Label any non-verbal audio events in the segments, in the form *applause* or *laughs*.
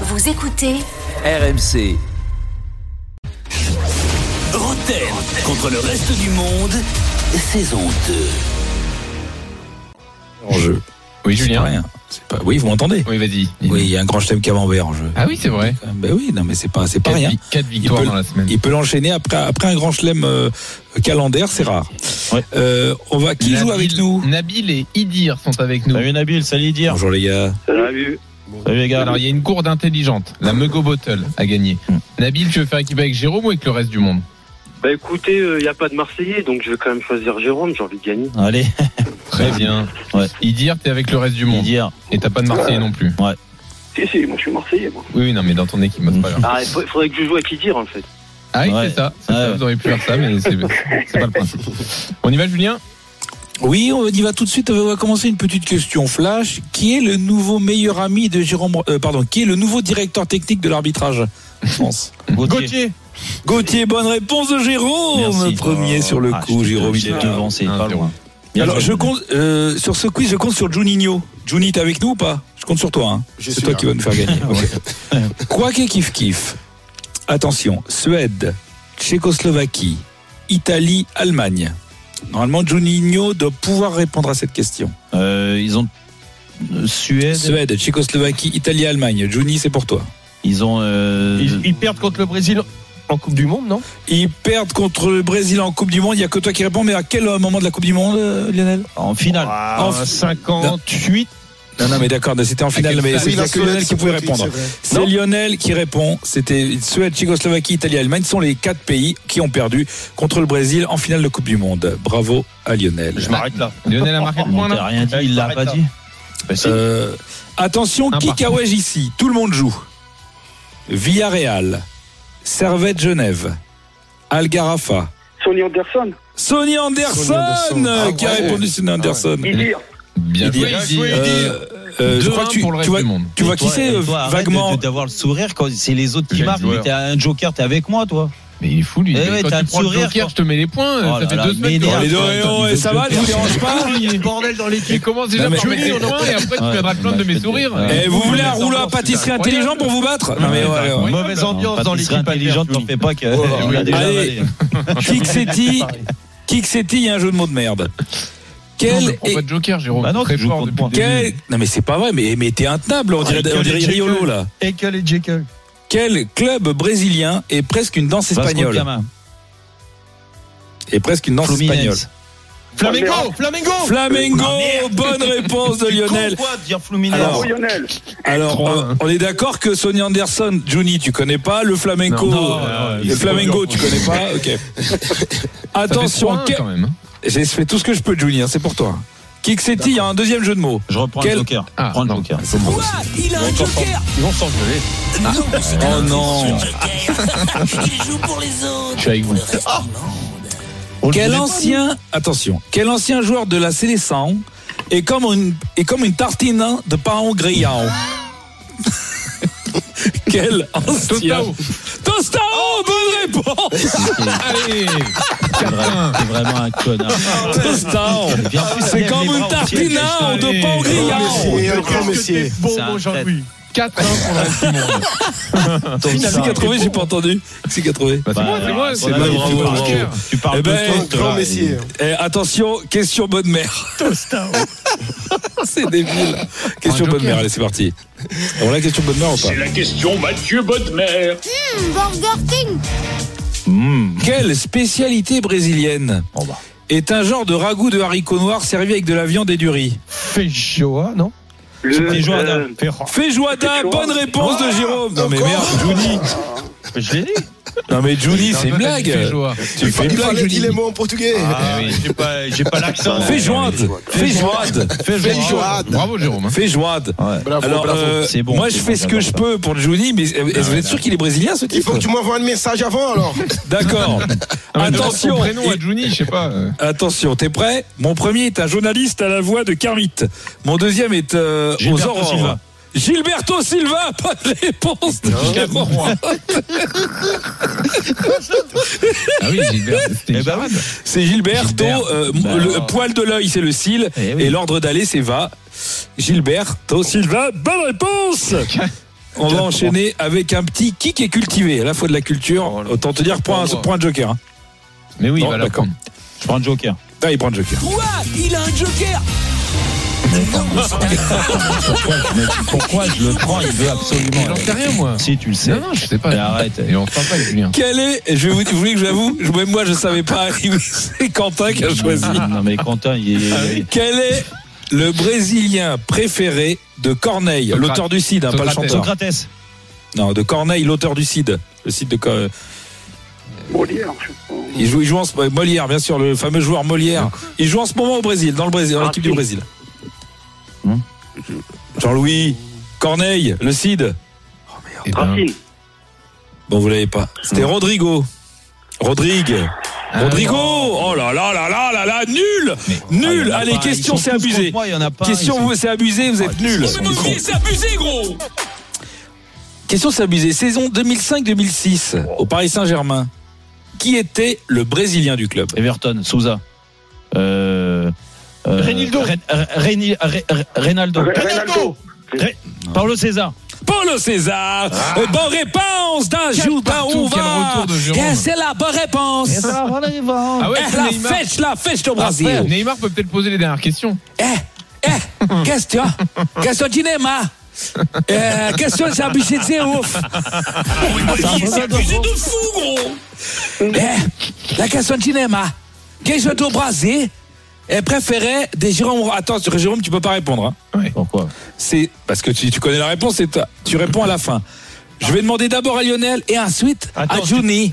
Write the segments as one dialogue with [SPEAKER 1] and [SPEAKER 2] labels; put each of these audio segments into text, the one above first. [SPEAKER 1] Vous écoutez
[SPEAKER 2] RMC. Rotten contre le reste du monde, saison 2.
[SPEAKER 3] en jeu. Oui, Julien.
[SPEAKER 2] rien. C'est pas... Oui, vous m'entendez
[SPEAKER 3] Oui, vas-y.
[SPEAKER 2] Oui, il y a un grand chelem Camembert en jeu.
[SPEAKER 3] Ah oui, c'est vrai.
[SPEAKER 2] Ben oui, non, mais c'est pas, c'est pas
[SPEAKER 3] Quatre,
[SPEAKER 2] rien.
[SPEAKER 3] vi- quatre victoires
[SPEAKER 2] peut-
[SPEAKER 3] dans la semaine.
[SPEAKER 2] Il peut l'enchaîner après, après un grand chelem euh, calendaire, c'est rare. Euh, on va qui joue
[SPEAKER 3] Nabil-
[SPEAKER 2] avec nous
[SPEAKER 3] Nabil et Idir sont avec nous.
[SPEAKER 4] Salut Nabil, salut Dir.
[SPEAKER 2] Bonjour les gars.
[SPEAKER 5] Bah,
[SPEAKER 4] Salut les gars.
[SPEAKER 3] Alors, il y a une gourde intelligente, la Mego Bottle, à gagner. Nabil, tu veux faire équipe avec Jérôme ou avec le reste du monde
[SPEAKER 5] Bah écoutez, il n'y a pas de Marseillais, donc je vais quand même choisir Jérôme, j'ai envie de gagner.
[SPEAKER 4] Allez,
[SPEAKER 3] Très bien.
[SPEAKER 4] Ouais.
[SPEAKER 3] Idir, t'es avec le reste du monde.
[SPEAKER 4] Dir.
[SPEAKER 3] Et t'as pas de Marseillais non plus.
[SPEAKER 5] Si, si, moi je suis Marseillais, moi.
[SPEAKER 3] Oui, oui, non, mais dans ton équipe, c'est pas grave.
[SPEAKER 5] Ah, il faudrait, faudrait que je joue à qui dire, en fait.
[SPEAKER 3] Ah oui,
[SPEAKER 4] Ouais.
[SPEAKER 3] c'est ça. C'est
[SPEAKER 4] Ouais,
[SPEAKER 3] ça,
[SPEAKER 4] ouais.
[SPEAKER 3] Vous auriez pu faire ça, mais c'est c'est pas le principe. On y va, Julien
[SPEAKER 2] Oui, on y va tout de suite. On va commencer une petite question flash. Qui est le nouveau meilleur ami de Jérôme euh, Pardon, qui est le nouveau directeur technique de l'arbitrage en France
[SPEAKER 4] Gauthier.
[SPEAKER 2] Gauthier, bonne réponse de Jérôme.
[SPEAKER 4] Merci.
[SPEAKER 2] Premier sur le
[SPEAKER 4] Ah,
[SPEAKER 2] coup,
[SPEAKER 4] j'étais-
[SPEAKER 2] Jérôme. il est
[SPEAKER 4] j'étais
[SPEAKER 2] là.
[SPEAKER 4] devant, c'est
[SPEAKER 3] Un,
[SPEAKER 4] pas
[SPEAKER 3] zéro.
[SPEAKER 4] loin. Bien
[SPEAKER 2] Alors, je
[SPEAKER 4] joué.
[SPEAKER 2] compte euh, sur ce quiz, je compte sur Juninho. Juni, t'es avec nous ou pas Je compte sur toi. hein. C'est toi qui vas nous faire
[SPEAKER 4] *laughs*
[SPEAKER 2] gagner. Ok. Quoi qu'il kiff kiff. Attention, Suède, Tchécoslovaquie, Italie, Allemagne. Normalement, Juninho doit pouvoir répondre à cette question.
[SPEAKER 4] Euh, ils ont euh, Suède.
[SPEAKER 2] Suède, Tchécoslovaquie, Italie, Allemagne. Juni, c'est pour toi.
[SPEAKER 4] Ils ont. euh,
[SPEAKER 6] Ils, ils perdent contre le Brésil en Coupe du Monde, non
[SPEAKER 2] Ils perdent contre le Brésil en Coupe du Monde. Il n'y a que toi qui réponds, mais à quel euh, moment de la Coupe du Monde, euh, Lionel
[SPEAKER 4] En finale.
[SPEAKER 6] Ah,
[SPEAKER 2] En
[SPEAKER 6] En
[SPEAKER 2] f-
[SPEAKER 6] 58.
[SPEAKER 2] Non, non, mais d'accord, c'était en finale,
[SPEAKER 3] quel
[SPEAKER 2] mais
[SPEAKER 3] stade
[SPEAKER 2] c'est
[SPEAKER 3] Oui,
[SPEAKER 2] que Lionel qui pouvait répondre. C'est Lionel qui répond. C'était Suède, Tchécoslovaquie, Italie, Allemagne. Ce sont les quatre pays qui ont perdu contre le Brésil en finale de Coupe du Monde. Bravo à Lionel.
[SPEAKER 6] Je m'arrête là.
[SPEAKER 3] Lionel a marqué le
[SPEAKER 4] On
[SPEAKER 3] point,
[SPEAKER 4] t'a
[SPEAKER 3] là
[SPEAKER 4] rien dit, il l'a pas
[SPEAKER 6] Arrête là.
[SPEAKER 4] dit. Bah, si.
[SPEAKER 2] Euh, attention,
[SPEAKER 3] Un
[SPEAKER 2] Kikawaj ici. Tout le monde joue. Villarreal, Servette Genève, Algarafa,
[SPEAKER 5] Sonny Anderson,
[SPEAKER 2] Sonny Anderson, euh,
[SPEAKER 3] Ah
[SPEAKER 2] qui a
[SPEAKER 3] ouais.
[SPEAKER 2] répondu Sonny Anderson.
[SPEAKER 5] il
[SPEAKER 3] Les-
[SPEAKER 5] dit
[SPEAKER 3] Bien
[SPEAKER 2] Il
[SPEAKER 3] joué,
[SPEAKER 2] dit-
[SPEAKER 3] Idir.
[SPEAKER 2] Euh, euh, je crois
[SPEAKER 3] 2-1
[SPEAKER 2] que tu,
[SPEAKER 3] pour le
[SPEAKER 2] tu
[SPEAKER 3] reste
[SPEAKER 2] vois,
[SPEAKER 3] du monde.
[SPEAKER 2] tu vois qui
[SPEAKER 4] Toi,
[SPEAKER 2] c'est
[SPEAKER 4] et
[SPEAKER 2] euh,
[SPEAKER 4] toi, arrête
[SPEAKER 2] vaguement
[SPEAKER 4] de- D'avoir le sourire quand c'est les autres qui
[SPEAKER 3] Quel
[SPEAKER 4] marquent.
[SPEAKER 3] joueur.
[SPEAKER 4] Mais t'es un joker, t'es avec moi, toi.
[SPEAKER 3] Mais il est fou, lui.
[SPEAKER 4] Eh ouais,
[SPEAKER 3] Quand
[SPEAKER 4] t'as
[SPEAKER 3] tu
[SPEAKER 4] un
[SPEAKER 3] prends le
[SPEAKER 4] sourire,
[SPEAKER 3] joker,
[SPEAKER 4] toi.
[SPEAKER 3] je te mets les points.
[SPEAKER 4] Oh
[SPEAKER 3] Ça
[SPEAKER 4] là
[SPEAKER 3] fait
[SPEAKER 4] là,
[SPEAKER 3] deux semaines que
[SPEAKER 4] m'énerve.
[SPEAKER 2] Les deux,
[SPEAKER 4] Attends,
[SPEAKER 2] eh,
[SPEAKER 4] attends,
[SPEAKER 2] oh,
[SPEAKER 4] il veut
[SPEAKER 2] ça
[SPEAKER 4] le
[SPEAKER 2] va, je vous
[SPEAKER 4] faire.
[SPEAKER 2] dérange pas
[SPEAKER 4] Le bordel dans
[SPEAKER 3] Tu
[SPEAKER 4] l'équipe.
[SPEAKER 3] commences déjà
[SPEAKER 2] Non, mais-
[SPEAKER 3] par mettre des points et après tu
[SPEAKER 4] Ouais.
[SPEAKER 3] viendras te plaindre de mes sourires.
[SPEAKER 4] Ouais.
[SPEAKER 2] Eh, vous voulez un rouleau à
[SPEAKER 3] C'est
[SPEAKER 2] pâtisserie
[SPEAKER 3] incroyable.
[SPEAKER 2] intelligent pour vous battre Non, mais
[SPEAKER 3] Ouais,
[SPEAKER 2] ouais, ouais.
[SPEAKER 3] incroyable.
[SPEAKER 4] Mauvaise ambiance dans l'équipe intelligente, t'en fais pas que.
[SPEAKER 3] Oh,
[SPEAKER 4] *laughs* On a déjà
[SPEAKER 2] allez.
[SPEAKER 4] avalé.
[SPEAKER 2] Kixetti, Kixetti, il y a un jeu de mots de merde.
[SPEAKER 3] Non,
[SPEAKER 2] Quel
[SPEAKER 3] mais prends
[SPEAKER 2] est-
[SPEAKER 3] pas de joker, Jérôme.
[SPEAKER 4] Bah non, tu
[SPEAKER 3] Très
[SPEAKER 4] joues
[SPEAKER 3] fort
[SPEAKER 4] contre
[SPEAKER 3] depuis
[SPEAKER 4] moi.
[SPEAKER 3] le début.
[SPEAKER 2] quel- Non mais c'est pas vrai, mais, mais t'es intenable, on dirait,
[SPEAKER 4] Avec
[SPEAKER 2] on dirait
[SPEAKER 4] les
[SPEAKER 2] Riolo
[SPEAKER 4] Jekyll.
[SPEAKER 2] là.
[SPEAKER 4] Ekel et Jekyll.
[SPEAKER 2] Quel club brésilien est presque une danse
[SPEAKER 4] Vasco
[SPEAKER 2] espagnole
[SPEAKER 4] Gama.
[SPEAKER 2] Est presque une danse espagnole.
[SPEAKER 4] Fluminense. Oh,
[SPEAKER 6] Flamengo Flamengo
[SPEAKER 2] Flamengo,
[SPEAKER 4] Ah, merde.
[SPEAKER 2] bonne réponse de
[SPEAKER 4] Tu
[SPEAKER 2] Lionel.
[SPEAKER 4] con, quoi, de dire Fluminense
[SPEAKER 2] Alors,
[SPEAKER 5] oh, Lionel.
[SPEAKER 2] Alors, euh, on, on est d'accord que Sonny Anderson, Juni, tu connais pas, le flamenco,
[SPEAKER 3] Non, non,
[SPEAKER 2] euh,
[SPEAKER 3] non,
[SPEAKER 2] le
[SPEAKER 3] il
[SPEAKER 2] flamenco, tu connais pas. Ok.
[SPEAKER 3] Ça fait
[SPEAKER 2] Attention,
[SPEAKER 3] 3-1
[SPEAKER 2] quel-
[SPEAKER 3] quand même. hein.
[SPEAKER 2] j'ai fait tout ce que je peux, Juni, hein, c'est pour toi. Kixetti, il y a un deuxième jeu de mots.
[SPEAKER 4] Je reprends
[SPEAKER 2] Quel-
[SPEAKER 4] le joker.
[SPEAKER 3] Ah,
[SPEAKER 4] Prends le
[SPEAKER 3] non.
[SPEAKER 4] joker.
[SPEAKER 7] Il a un joker Ah.
[SPEAKER 6] Ils vont s'engueuler.
[SPEAKER 2] Oh non.
[SPEAKER 7] Il joue pour les autres
[SPEAKER 3] Je suis avec vous.
[SPEAKER 2] Ah.
[SPEAKER 4] Oh,
[SPEAKER 2] Quel ancien, attention, quel ancien joueur de la sélection est comme une, est comme une tartine de pain grillon Quel ancien.
[SPEAKER 3] Tostao.
[SPEAKER 2] Tostao, bonne réponse
[SPEAKER 3] Allez
[SPEAKER 4] C'est vrai- c'est vraiment un connard.
[SPEAKER 2] Tostao
[SPEAKER 4] Bien plus, il
[SPEAKER 2] C'est
[SPEAKER 4] lève
[SPEAKER 2] comme
[SPEAKER 4] les
[SPEAKER 2] une
[SPEAKER 4] bras au
[SPEAKER 2] tartine
[SPEAKER 4] ciel,
[SPEAKER 2] hein,
[SPEAKER 3] allez.
[SPEAKER 2] de pain
[SPEAKER 4] Oh,
[SPEAKER 2] grillon
[SPEAKER 4] C'est un
[SPEAKER 6] Bon, aujourd'hui.
[SPEAKER 3] 4-1 pour le reste du monde.
[SPEAKER 2] C'est 80, j'ai pas entendu. C'est 80.
[SPEAKER 3] Bah, c'est
[SPEAKER 4] Bah,
[SPEAKER 3] moi, c'est moi,
[SPEAKER 4] on
[SPEAKER 3] c'est
[SPEAKER 4] a
[SPEAKER 3] moi
[SPEAKER 4] le
[SPEAKER 3] qui
[SPEAKER 4] droit
[SPEAKER 3] fais
[SPEAKER 4] au
[SPEAKER 3] le
[SPEAKER 4] droit.
[SPEAKER 3] joker.
[SPEAKER 4] Tu parles
[SPEAKER 2] Eh ben,
[SPEAKER 4] de toi, toi, et-
[SPEAKER 2] Eh, attention, question bonne mère. *laughs* c'est débile. Question
[SPEAKER 3] Un
[SPEAKER 2] bonne
[SPEAKER 3] joker.
[SPEAKER 2] mère, allez, c'est parti. On a la question bonne mère ou pas
[SPEAKER 8] C'est la question Mathieu Bodmer.
[SPEAKER 4] Hmm.
[SPEAKER 2] Quelle spécialité brésilienne
[SPEAKER 4] Bon, bah.
[SPEAKER 2] est un genre de ragoût de haricots noirs servi avec de la viande et du riz
[SPEAKER 6] Feijoa, non
[SPEAKER 5] Le,
[SPEAKER 4] Feijoada.
[SPEAKER 5] euh,
[SPEAKER 2] Feijoada, bonne réponse
[SPEAKER 9] Ah,
[SPEAKER 2] de Jérôme. Non mais merde, Juni.
[SPEAKER 4] Je l'ai dit.
[SPEAKER 2] Non mais Juni,
[SPEAKER 3] Toi,
[SPEAKER 2] c'est une
[SPEAKER 3] t'as dit
[SPEAKER 2] blague.
[SPEAKER 3] Feijoa.
[SPEAKER 2] Tu fais une blague, Juni.
[SPEAKER 9] mots en portugais.
[SPEAKER 4] Ah, oui, J'ai pas, j'ai pas l'accent.
[SPEAKER 2] Feijoade, feijoade,
[SPEAKER 3] Bravo, Bravo, Jérôme. hein.
[SPEAKER 2] feijoade.
[SPEAKER 4] Ouais.
[SPEAKER 2] Alors, euh,
[SPEAKER 4] C'est bon,
[SPEAKER 2] moi
[SPEAKER 4] c'est
[SPEAKER 2] je
[SPEAKER 4] bon, Ah
[SPEAKER 2] fais ce que
[SPEAKER 4] j'adore
[SPEAKER 2] je
[SPEAKER 4] ça.
[SPEAKER 2] peux pour Juni, mais euh, est-ce que vous êtes sûr qu'il est brésilien ce
[SPEAKER 9] Il
[SPEAKER 2] type
[SPEAKER 9] faut que tu m'envoies un message avant alors.
[SPEAKER 4] *laughs*
[SPEAKER 2] D'accord.
[SPEAKER 3] Ah, mais donne
[SPEAKER 2] Attention,
[SPEAKER 3] Son prénom à Juni, je sais pas. euh,
[SPEAKER 2] Attention, t'es prêt Mon premier est un journaliste à la voix de Kermit. Mon deuxième est euh, aux
[SPEAKER 4] Gilberto
[SPEAKER 2] aurores.
[SPEAKER 4] Silva.
[SPEAKER 2] Gilberto Silva, *laughs* pas de réponse de Jérôme.
[SPEAKER 3] Ah oui, Gilbert, c'était
[SPEAKER 4] Eh ben
[SPEAKER 3] Gérard.
[SPEAKER 2] C'est Gilberto,
[SPEAKER 4] Gilbert.
[SPEAKER 2] euh,
[SPEAKER 4] Bah,
[SPEAKER 2] le
[SPEAKER 4] alors.
[SPEAKER 2] poil de l'œil c'est le cil,
[SPEAKER 4] Eh oui.
[SPEAKER 2] et l'ordre d'aller c'est va. Gilberto Silva, bonne réponse on va enchaîner avec un petit kick et cultivé, à la fois de la culture.
[SPEAKER 3] Oh là.
[SPEAKER 2] Autant te dire, prends un,
[SPEAKER 3] Oh.
[SPEAKER 2] prends un joker. hein.
[SPEAKER 3] Mais oui,
[SPEAKER 2] Non,
[SPEAKER 3] il va la
[SPEAKER 2] bah, d'accord.
[SPEAKER 3] prendre.
[SPEAKER 4] Je prends le joker.
[SPEAKER 2] Ah, il prend le joker.
[SPEAKER 7] Quoi Il a un joker Non, mais c'est un-
[SPEAKER 4] Mais pourquoi je le prends Il veut absolument.
[SPEAKER 3] Mais J'en sais rien, moi.
[SPEAKER 4] Si, tu le sais.
[SPEAKER 3] Non, non, je sais pas.
[SPEAKER 4] Mais arrête.
[SPEAKER 3] Et on s'en pas, Julien.
[SPEAKER 2] Quel est, et je vais vous, vous voulez que j'avoue, je- même moi je savais pas, c'est Quentin qui a choisi.
[SPEAKER 4] Non, Ah mais Quentin, il est.
[SPEAKER 2] Quel est le Brésilien préféré de Corneille,
[SPEAKER 3] Socrate.
[SPEAKER 2] l'auteur du Cid, hein, pas le
[SPEAKER 3] Socrate.
[SPEAKER 2] chanteur
[SPEAKER 4] Socrates.
[SPEAKER 2] Non, de Corneille, l'auteur du Cid. Le Cid de Corneille. Il joue, il joue en ce Molière, bien sûr, le fameux joueur Molière. Il joue en ce moment au Brésil, dans le Brésil, dans l'équipe
[SPEAKER 3] Ah,
[SPEAKER 2] du Brésil.
[SPEAKER 3] Hmm.
[SPEAKER 4] Hum.
[SPEAKER 2] Jean-Louis, Corneille, le Cid.
[SPEAKER 3] Eh ben,
[SPEAKER 5] Racine.
[SPEAKER 2] Bon, vous l'avez pas. C'était Rodrigo. Rodrigue.
[SPEAKER 3] ah,
[SPEAKER 2] Rodrigo Oh là là là là là là Nul
[SPEAKER 3] ah,
[SPEAKER 2] Nul Allez, question, c'est abusé.
[SPEAKER 4] Il y en a pas.
[SPEAKER 2] Question, vous, c'est abusé, vous
[SPEAKER 3] Ah,
[SPEAKER 2] êtes nul.
[SPEAKER 7] Mais mon fils, c'est abusé, gros
[SPEAKER 2] Question, c'est abusé. Saison 2005-2006 au Paris Saint-Germain. Qui était le Brésilien du
[SPEAKER 3] Eh
[SPEAKER 2] club
[SPEAKER 4] Everton, Souza. Euh, euh,
[SPEAKER 6] Renildo.
[SPEAKER 4] Ren- Ren- Renil- Re- Re- Renaldo.
[SPEAKER 9] Ronaldo.
[SPEAKER 4] Paulo César.
[SPEAKER 2] Paulo César Eh, Bonne réponse d'un Jourdain
[SPEAKER 3] partout, Ah. quel
[SPEAKER 2] Ouva
[SPEAKER 3] retour de Jérôme.
[SPEAKER 2] Et c'est la bonne réponse
[SPEAKER 3] Ah ouais,
[SPEAKER 2] Eh,
[SPEAKER 3] c'est
[SPEAKER 2] la
[SPEAKER 3] Neymar. Ah,
[SPEAKER 2] fête, la fête au
[SPEAKER 3] Après,
[SPEAKER 2] Brésil
[SPEAKER 3] Neymar peut peut-être poser les dernières questions.
[SPEAKER 2] Eh, eh, question Question de cinéma Eh, Question, c'est abusé de ouf
[SPEAKER 7] C'est abusé de fou, gros
[SPEAKER 2] Eh, la question de cinéma. Quel jeu au Brésil est préféré des Jérôme Attends, sur Jérôme, tu peux pas répondre. hein.
[SPEAKER 4] Pourquoi
[SPEAKER 2] C'est parce que tu, tu connais la réponse et t'as- tu réponds à la fin. Je vais demander d'abord à Lionel et ensuite à
[SPEAKER 4] Attends,
[SPEAKER 2] Juni.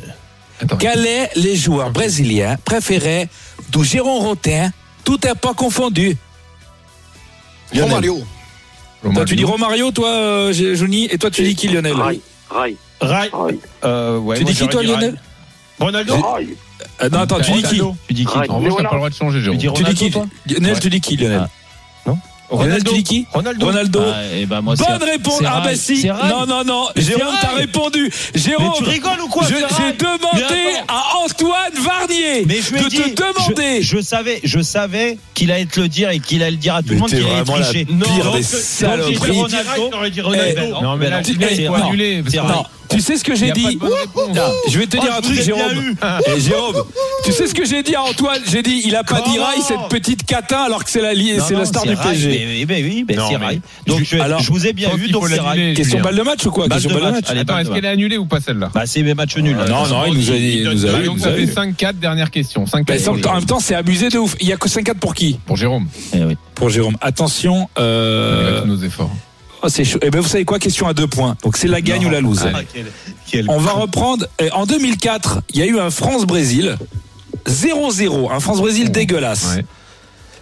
[SPEAKER 3] Attends.
[SPEAKER 2] Quel est les joueurs brésiliens préférés de Jérôme Rotin Tout est pas confondu.
[SPEAKER 9] Romario.
[SPEAKER 2] Toi, tu dis Romario, toi, euh, J- Juni, et toi, tu dis qui, Lionel
[SPEAKER 4] Ah,
[SPEAKER 5] Rail. Rail.
[SPEAKER 4] Rai.
[SPEAKER 5] Rail.
[SPEAKER 4] Euh, ouais,
[SPEAKER 2] Tu
[SPEAKER 4] moi,
[SPEAKER 2] dis qui,
[SPEAKER 4] j'aurais
[SPEAKER 2] toi,
[SPEAKER 4] dit Rai.
[SPEAKER 2] Lionel
[SPEAKER 4] Ronaldo.
[SPEAKER 5] Rail.
[SPEAKER 2] Euh, Non, attends, tu dis qui
[SPEAKER 4] Ronaldo. Tu dis qui
[SPEAKER 5] Rai.
[SPEAKER 3] En revanche, t'as pas le droit de changer, Jérôme.
[SPEAKER 4] Tu dis
[SPEAKER 2] Tu dis
[SPEAKER 4] Ronaldo,
[SPEAKER 2] qui
[SPEAKER 4] toi oh,
[SPEAKER 2] Lionel, tu dis qui, Lionel Lionel, tu dis qui
[SPEAKER 6] Ronaldo.
[SPEAKER 2] Ronaldo.
[SPEAKER 4] Ah, eh ben, moi,
[SPEAKER 2] Bonne
[SPEAKER 4] c'est-
[SPEAKER 2] réponse.
[SPEAKER 4] c'est
[SPEAKER 2] Ah
[SPEAKER 4] Rai.
[SPEAKER 2] bah si.
[SPEAKER 4] C'est Rai.
[SPEAKER 2] Non non non. Jérôme t'as répondu.
[SPEAKER 4] Mais
[SPEAKER 2] Jérôme.
[SPEAKER 4] tu rigoles ou quoi
[SPEAKER 2] je-
[SPEAKER 4] c'est Rai.
[SPEAKER 2] J'ai demandé
[SPEAKER 4] Mais attends.
[SPEAKER 2] à Antoine Varnier
[SPEAKER 4] Mais je lui ai
[SPEAKER 2] de
[SPEAKER 4] dit,
[SPEAKER 2] te demander.
[SPEAKER 4] Je, je savais, je savais qu'il allait te le dire et qu'il allait le dire à tout le monde qu'il allait tricher.
[SPEAKER 2] pire des
[SPEAKER 4] Quand il dit
[SPEAKER 2] saloperies.
[SPEAKER 4] Ronaldo,
[SPEAKER 2] Ronaldo.
[SPEAKER 3] Non, mais là,
[SPEAKER 2] Tu-
[SPEAKER 3] Julien, il
[SPEAKER 2] eh,
[SPEAKER 3] faut
[SPEAKER 2] non.
[SPEAKER 3] annuler. parce
[SPEAKER 4] C'est
[SPEAKER 3] qu'on-
[SPEAKER 4] Rai.
[SPEAKER 2] Non, tu sais ce que
[SPEAKER 3] il y
[SPEAKER 2] j'ai
[SPEAKER 3] a pas de
[SPEAKER 2] dit
[SPEAKER 3] bonne réponse. Ah,
[SPEAKER 2] Putain, Je vais te
[SPEAKER 4] Oh,
[SPEAKER 2] dire un truc, Jérôme. Eh, Jérôme, tu sais ce que j'ai dit à Antoine J'ai dit, il a pas dit
[SPEAKER 4] Comment
[SPEAKER 2] rail cette petite catin alors que c'est la, li-
[SPEAKER 4] Non,
[SPEAKER 2] c'est
[SPEAKER 4] non,
[SPEAKER 2] la star du
[SPEAKER 4] Rai,
[SPEAKER 2] PSG.
[SPEAKER 4] mais- mais oui, mais
[SPEAKER 3] Non,
[SPEAKER 4] c'est
[SPEAKER 3] mais-
[SPEAKER 4] Rai. Donc je,
[SPEAKER 2] Alors,
[SPEAKER 4] je vous ai bien
[SPEAKER 3] je pense
[SPEAKER 4] vu,
[SPEAKER 3] qu'il
[SPEAKER 4] donc
[SPEAKER 3] faut
[SPEAKER 4] c'est Rai.
[SPEAKER 3] l'annuler.
[SPEAKER 2] Question
[SPEAKER 3] Julien.
[SPEAKER 2] balle de match ou quoi
[SPEAKER 4] Balle
[SPEAKER 2] Question
[SPEAKER 4] de
[SPEAKER 2] balle de
[SPEAKER 4] match.
[SPEAKER 2] match.
[SPEAKER 4] Allez,
[SPEAKER 3] Attends,
[SPEAKER 4] balle de
[SPEAKER 3] est-ce qu'elle
[SPEAKER 4] match.
[SPEAKER 3] est annulée ou pas celle-là Ah,
[SPEAKER 4] Bah c'est mes matchs nuls.
[SPEAKER 2] Non, non, il nous a dit. il nous a- il
[SPEAKER 3] Donc
[SPEAKER 2] nous a-
[SPEAKER 3] ça fait 5-4, dernière question. 5
[SPEAKER 2] Mais en même Bah, temps- en même temps, c'est abusé de ouf. Il y a que 5-4 pour qui
[SPEAKER 3] Pour Jérôme,
[SPEAKER 4] Eh oui.
[SPEAKER 2] Pour Jérôme. Attention.
[SPEAKER 3] avec
[SPEAKER 2] Euh...
[SPEAKER 3] tous nos efforts.
[SPEAKER 2] Oh, c'est chaud. Eh ben, vous savez quoi Question à deux points. Donc, c'est la gagne ou la lose.
[SPEAKER 4] Ah, quel- quel-
[SPEAKER 2] On va reprendre. Eh, En 2004, il y a eu un France-Brésil 0-0. Un France-Brésil
[SPEAKER 4] Oh,
[SPEAKER 2] dégueulasse.
[SPEAKER 3] Ouais.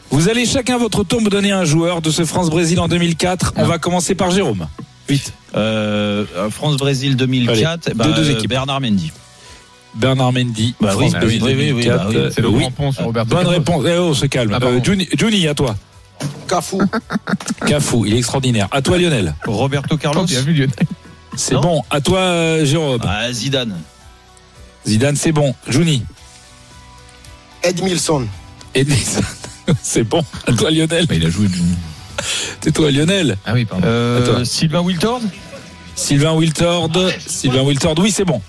[SPEAKER 2] Vous allez chacun votre tour me donner un joueur de ce France-Brésil en 2004. On
[SPEAKER 4] Ah.
[SPEAKER 3] Non.
[SPEAKER 2] va commencer par Jérôme. Vite.
[SPEAKER 4] Euh, France-Brésil 2004,
[SPEAKER 2] Allez,
[SPEAKER 4] bah,
[SPEAKER 2] deux- deux
[SPEAKER 4] euh,
[SPEAKER 2] équipes.
[SPEAKER 4] Bernard Mendy.
[SPEAKER 2] Bernard Mendy.
[SPEAKER 4] Bah oui,
[SPEAKER 2] France-Brésil
[SPEAKER 4] bah oui, oui, oui,
[SPEAKER 2] 2004.
[SPEAKER 4] bah oui.
[SPEAKER 2] Euh,
[SPEAKER 3] C'est le
[SPEAKER 2] oui.
[SPEAKER 3] grand pont sur Roberto.
[SPEAKER 2] Bonne
[SPEAKER 3] Carlos.
[SPEAKER 2] réponse. Eh oh, on se calme.
[SPEAKER 3] Ah, pardon.
[SPEAKER 2] Euh, Juni, Juni, à toi.
[SPEAKER 9] Cafou.
[SPEAKER 2] Cafou, il est extraordinaire. À toi, Lionel.
[SPEAKER 4] Roberto
[SPEAKER 3] Oh,
[SPEAKER 4] Carlos.
[SPEAKER 3] bien vu, Lionel.
[SPEAKER 2] C'est
[SPEAKER 4] Non.
[SPEAKER 2] bon. À toi, euh, Jérôme.
[SPEAKER 4] Ah, Zidane.
[SPEAKER 2] Zidane, c'est bon. Juni.
[SPEAKER 9] Edmilson.
[SPEAKER 2] Edison. *laughs* C'est bon. À toi, Lionel.
[SPEAKER 3] Bah, il a joué. du-
[SPEAKER 2] C'est toi, Lionel.
[SPEAKER 3] Ah oui, pardon.
[SPEAKER 4] Euh,
[SPEAKER 2] Attends.
[SPEAKER 4] Sylvain Wiltord.
[SPEAKER 2] Sylvain Wiltord. Sylvain Wiltord, oui, c'est bon.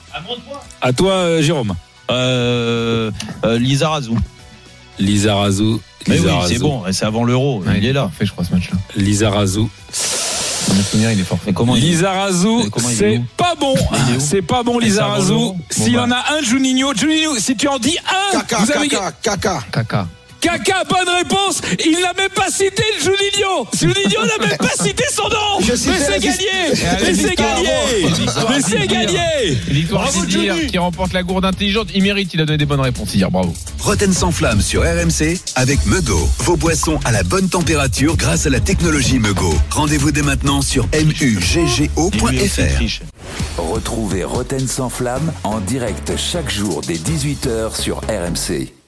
[SPEAKER 2] À toi, euh, Jérôme.
[SPEAKER 4] Euh, euh, Lizarazu.
[SPEAKER 2] Lisa Razou.
[SPEAKER 4] Mais oui, c'est bon, c'est avant l'euro,
[SPEAKER 3] Ouais,
[SPEAKER 4] il est là.
[SPEAKER 3] Fait, je crois, ce match-là.
[SPEAKER 2] Lisa Razou.
[SPEAKER 3] Dans mes souvenirs, il est fort.
[SPEAKER 4] Mais comment il
[SPEAKER 2] Lisa Razou,
[SPEAKER 4] Mais comment il est
[SPEAKER 2] c'est
[SPEAKER 4] où
[SPEAKER 2] pas bon.
[SPEAKER 4] Il est où
[SPEAKER 2] C'est pas bon, bah. Lisa
[SPEAKER 3] Lisa
[SPEAKER 2] Razou.
[SPEAKER 3] Razou.
[SPEAKER 2] S'il
[SPEAKER 3] Bon,
[SPEAKER 2] en a un, Juninho. Juninho, si tu en dis un,
[SPEAKER 9] Caca,
[SPEAKER 2] Ah, vous avez.
[SPEAKER 9] caca, caca.
[SPEAKER 3] Caca.
[SPEAKER 2] Caca, bonne réponse. Il n'a même pas cité le Juninho. Juninho n'a même pas cité son nom.
[SPEAKER 9] Je
[SPEAKER 2] Mais
[SPEAKER 9] citais la
[SPEAKER 2] c'est
[SPEAKER 9] liste.
[SPEAKER 2] gagné.
[SPEAKER 3] la
[SPEAKER 2] Mais
[SPEAKER 3] liste
[SPEAKER 2] c'est
[SPEAKER 3] des
[SPEAKER 2] gagné.
[SPEAKER 3] victoires.
[SPEAKER 2] Mais c'est gagné.
[SPEAKER 3] Victoire
[SPEAKER 2] Bravo,
[SPEAKER 3] Didier,
[SPEAKER 2] Johnny.
[SPEAKER 3] qui remporte la gourde intelligente. Il mérite, il a donné des bonnes réponses hier. Bravo.
[SPEAKER 1] Roten sans flamme sur RMC avec Mego. Vos boissons à la bonne température grâce à la technologie Mego. Rendez-vous dès maintenant sur muggo.fr.
[SPEAKER 4] triche.
[SPEAKER 10] Retrouvez Roten sans flamme en direct chaque jour dès 18h sur RMC.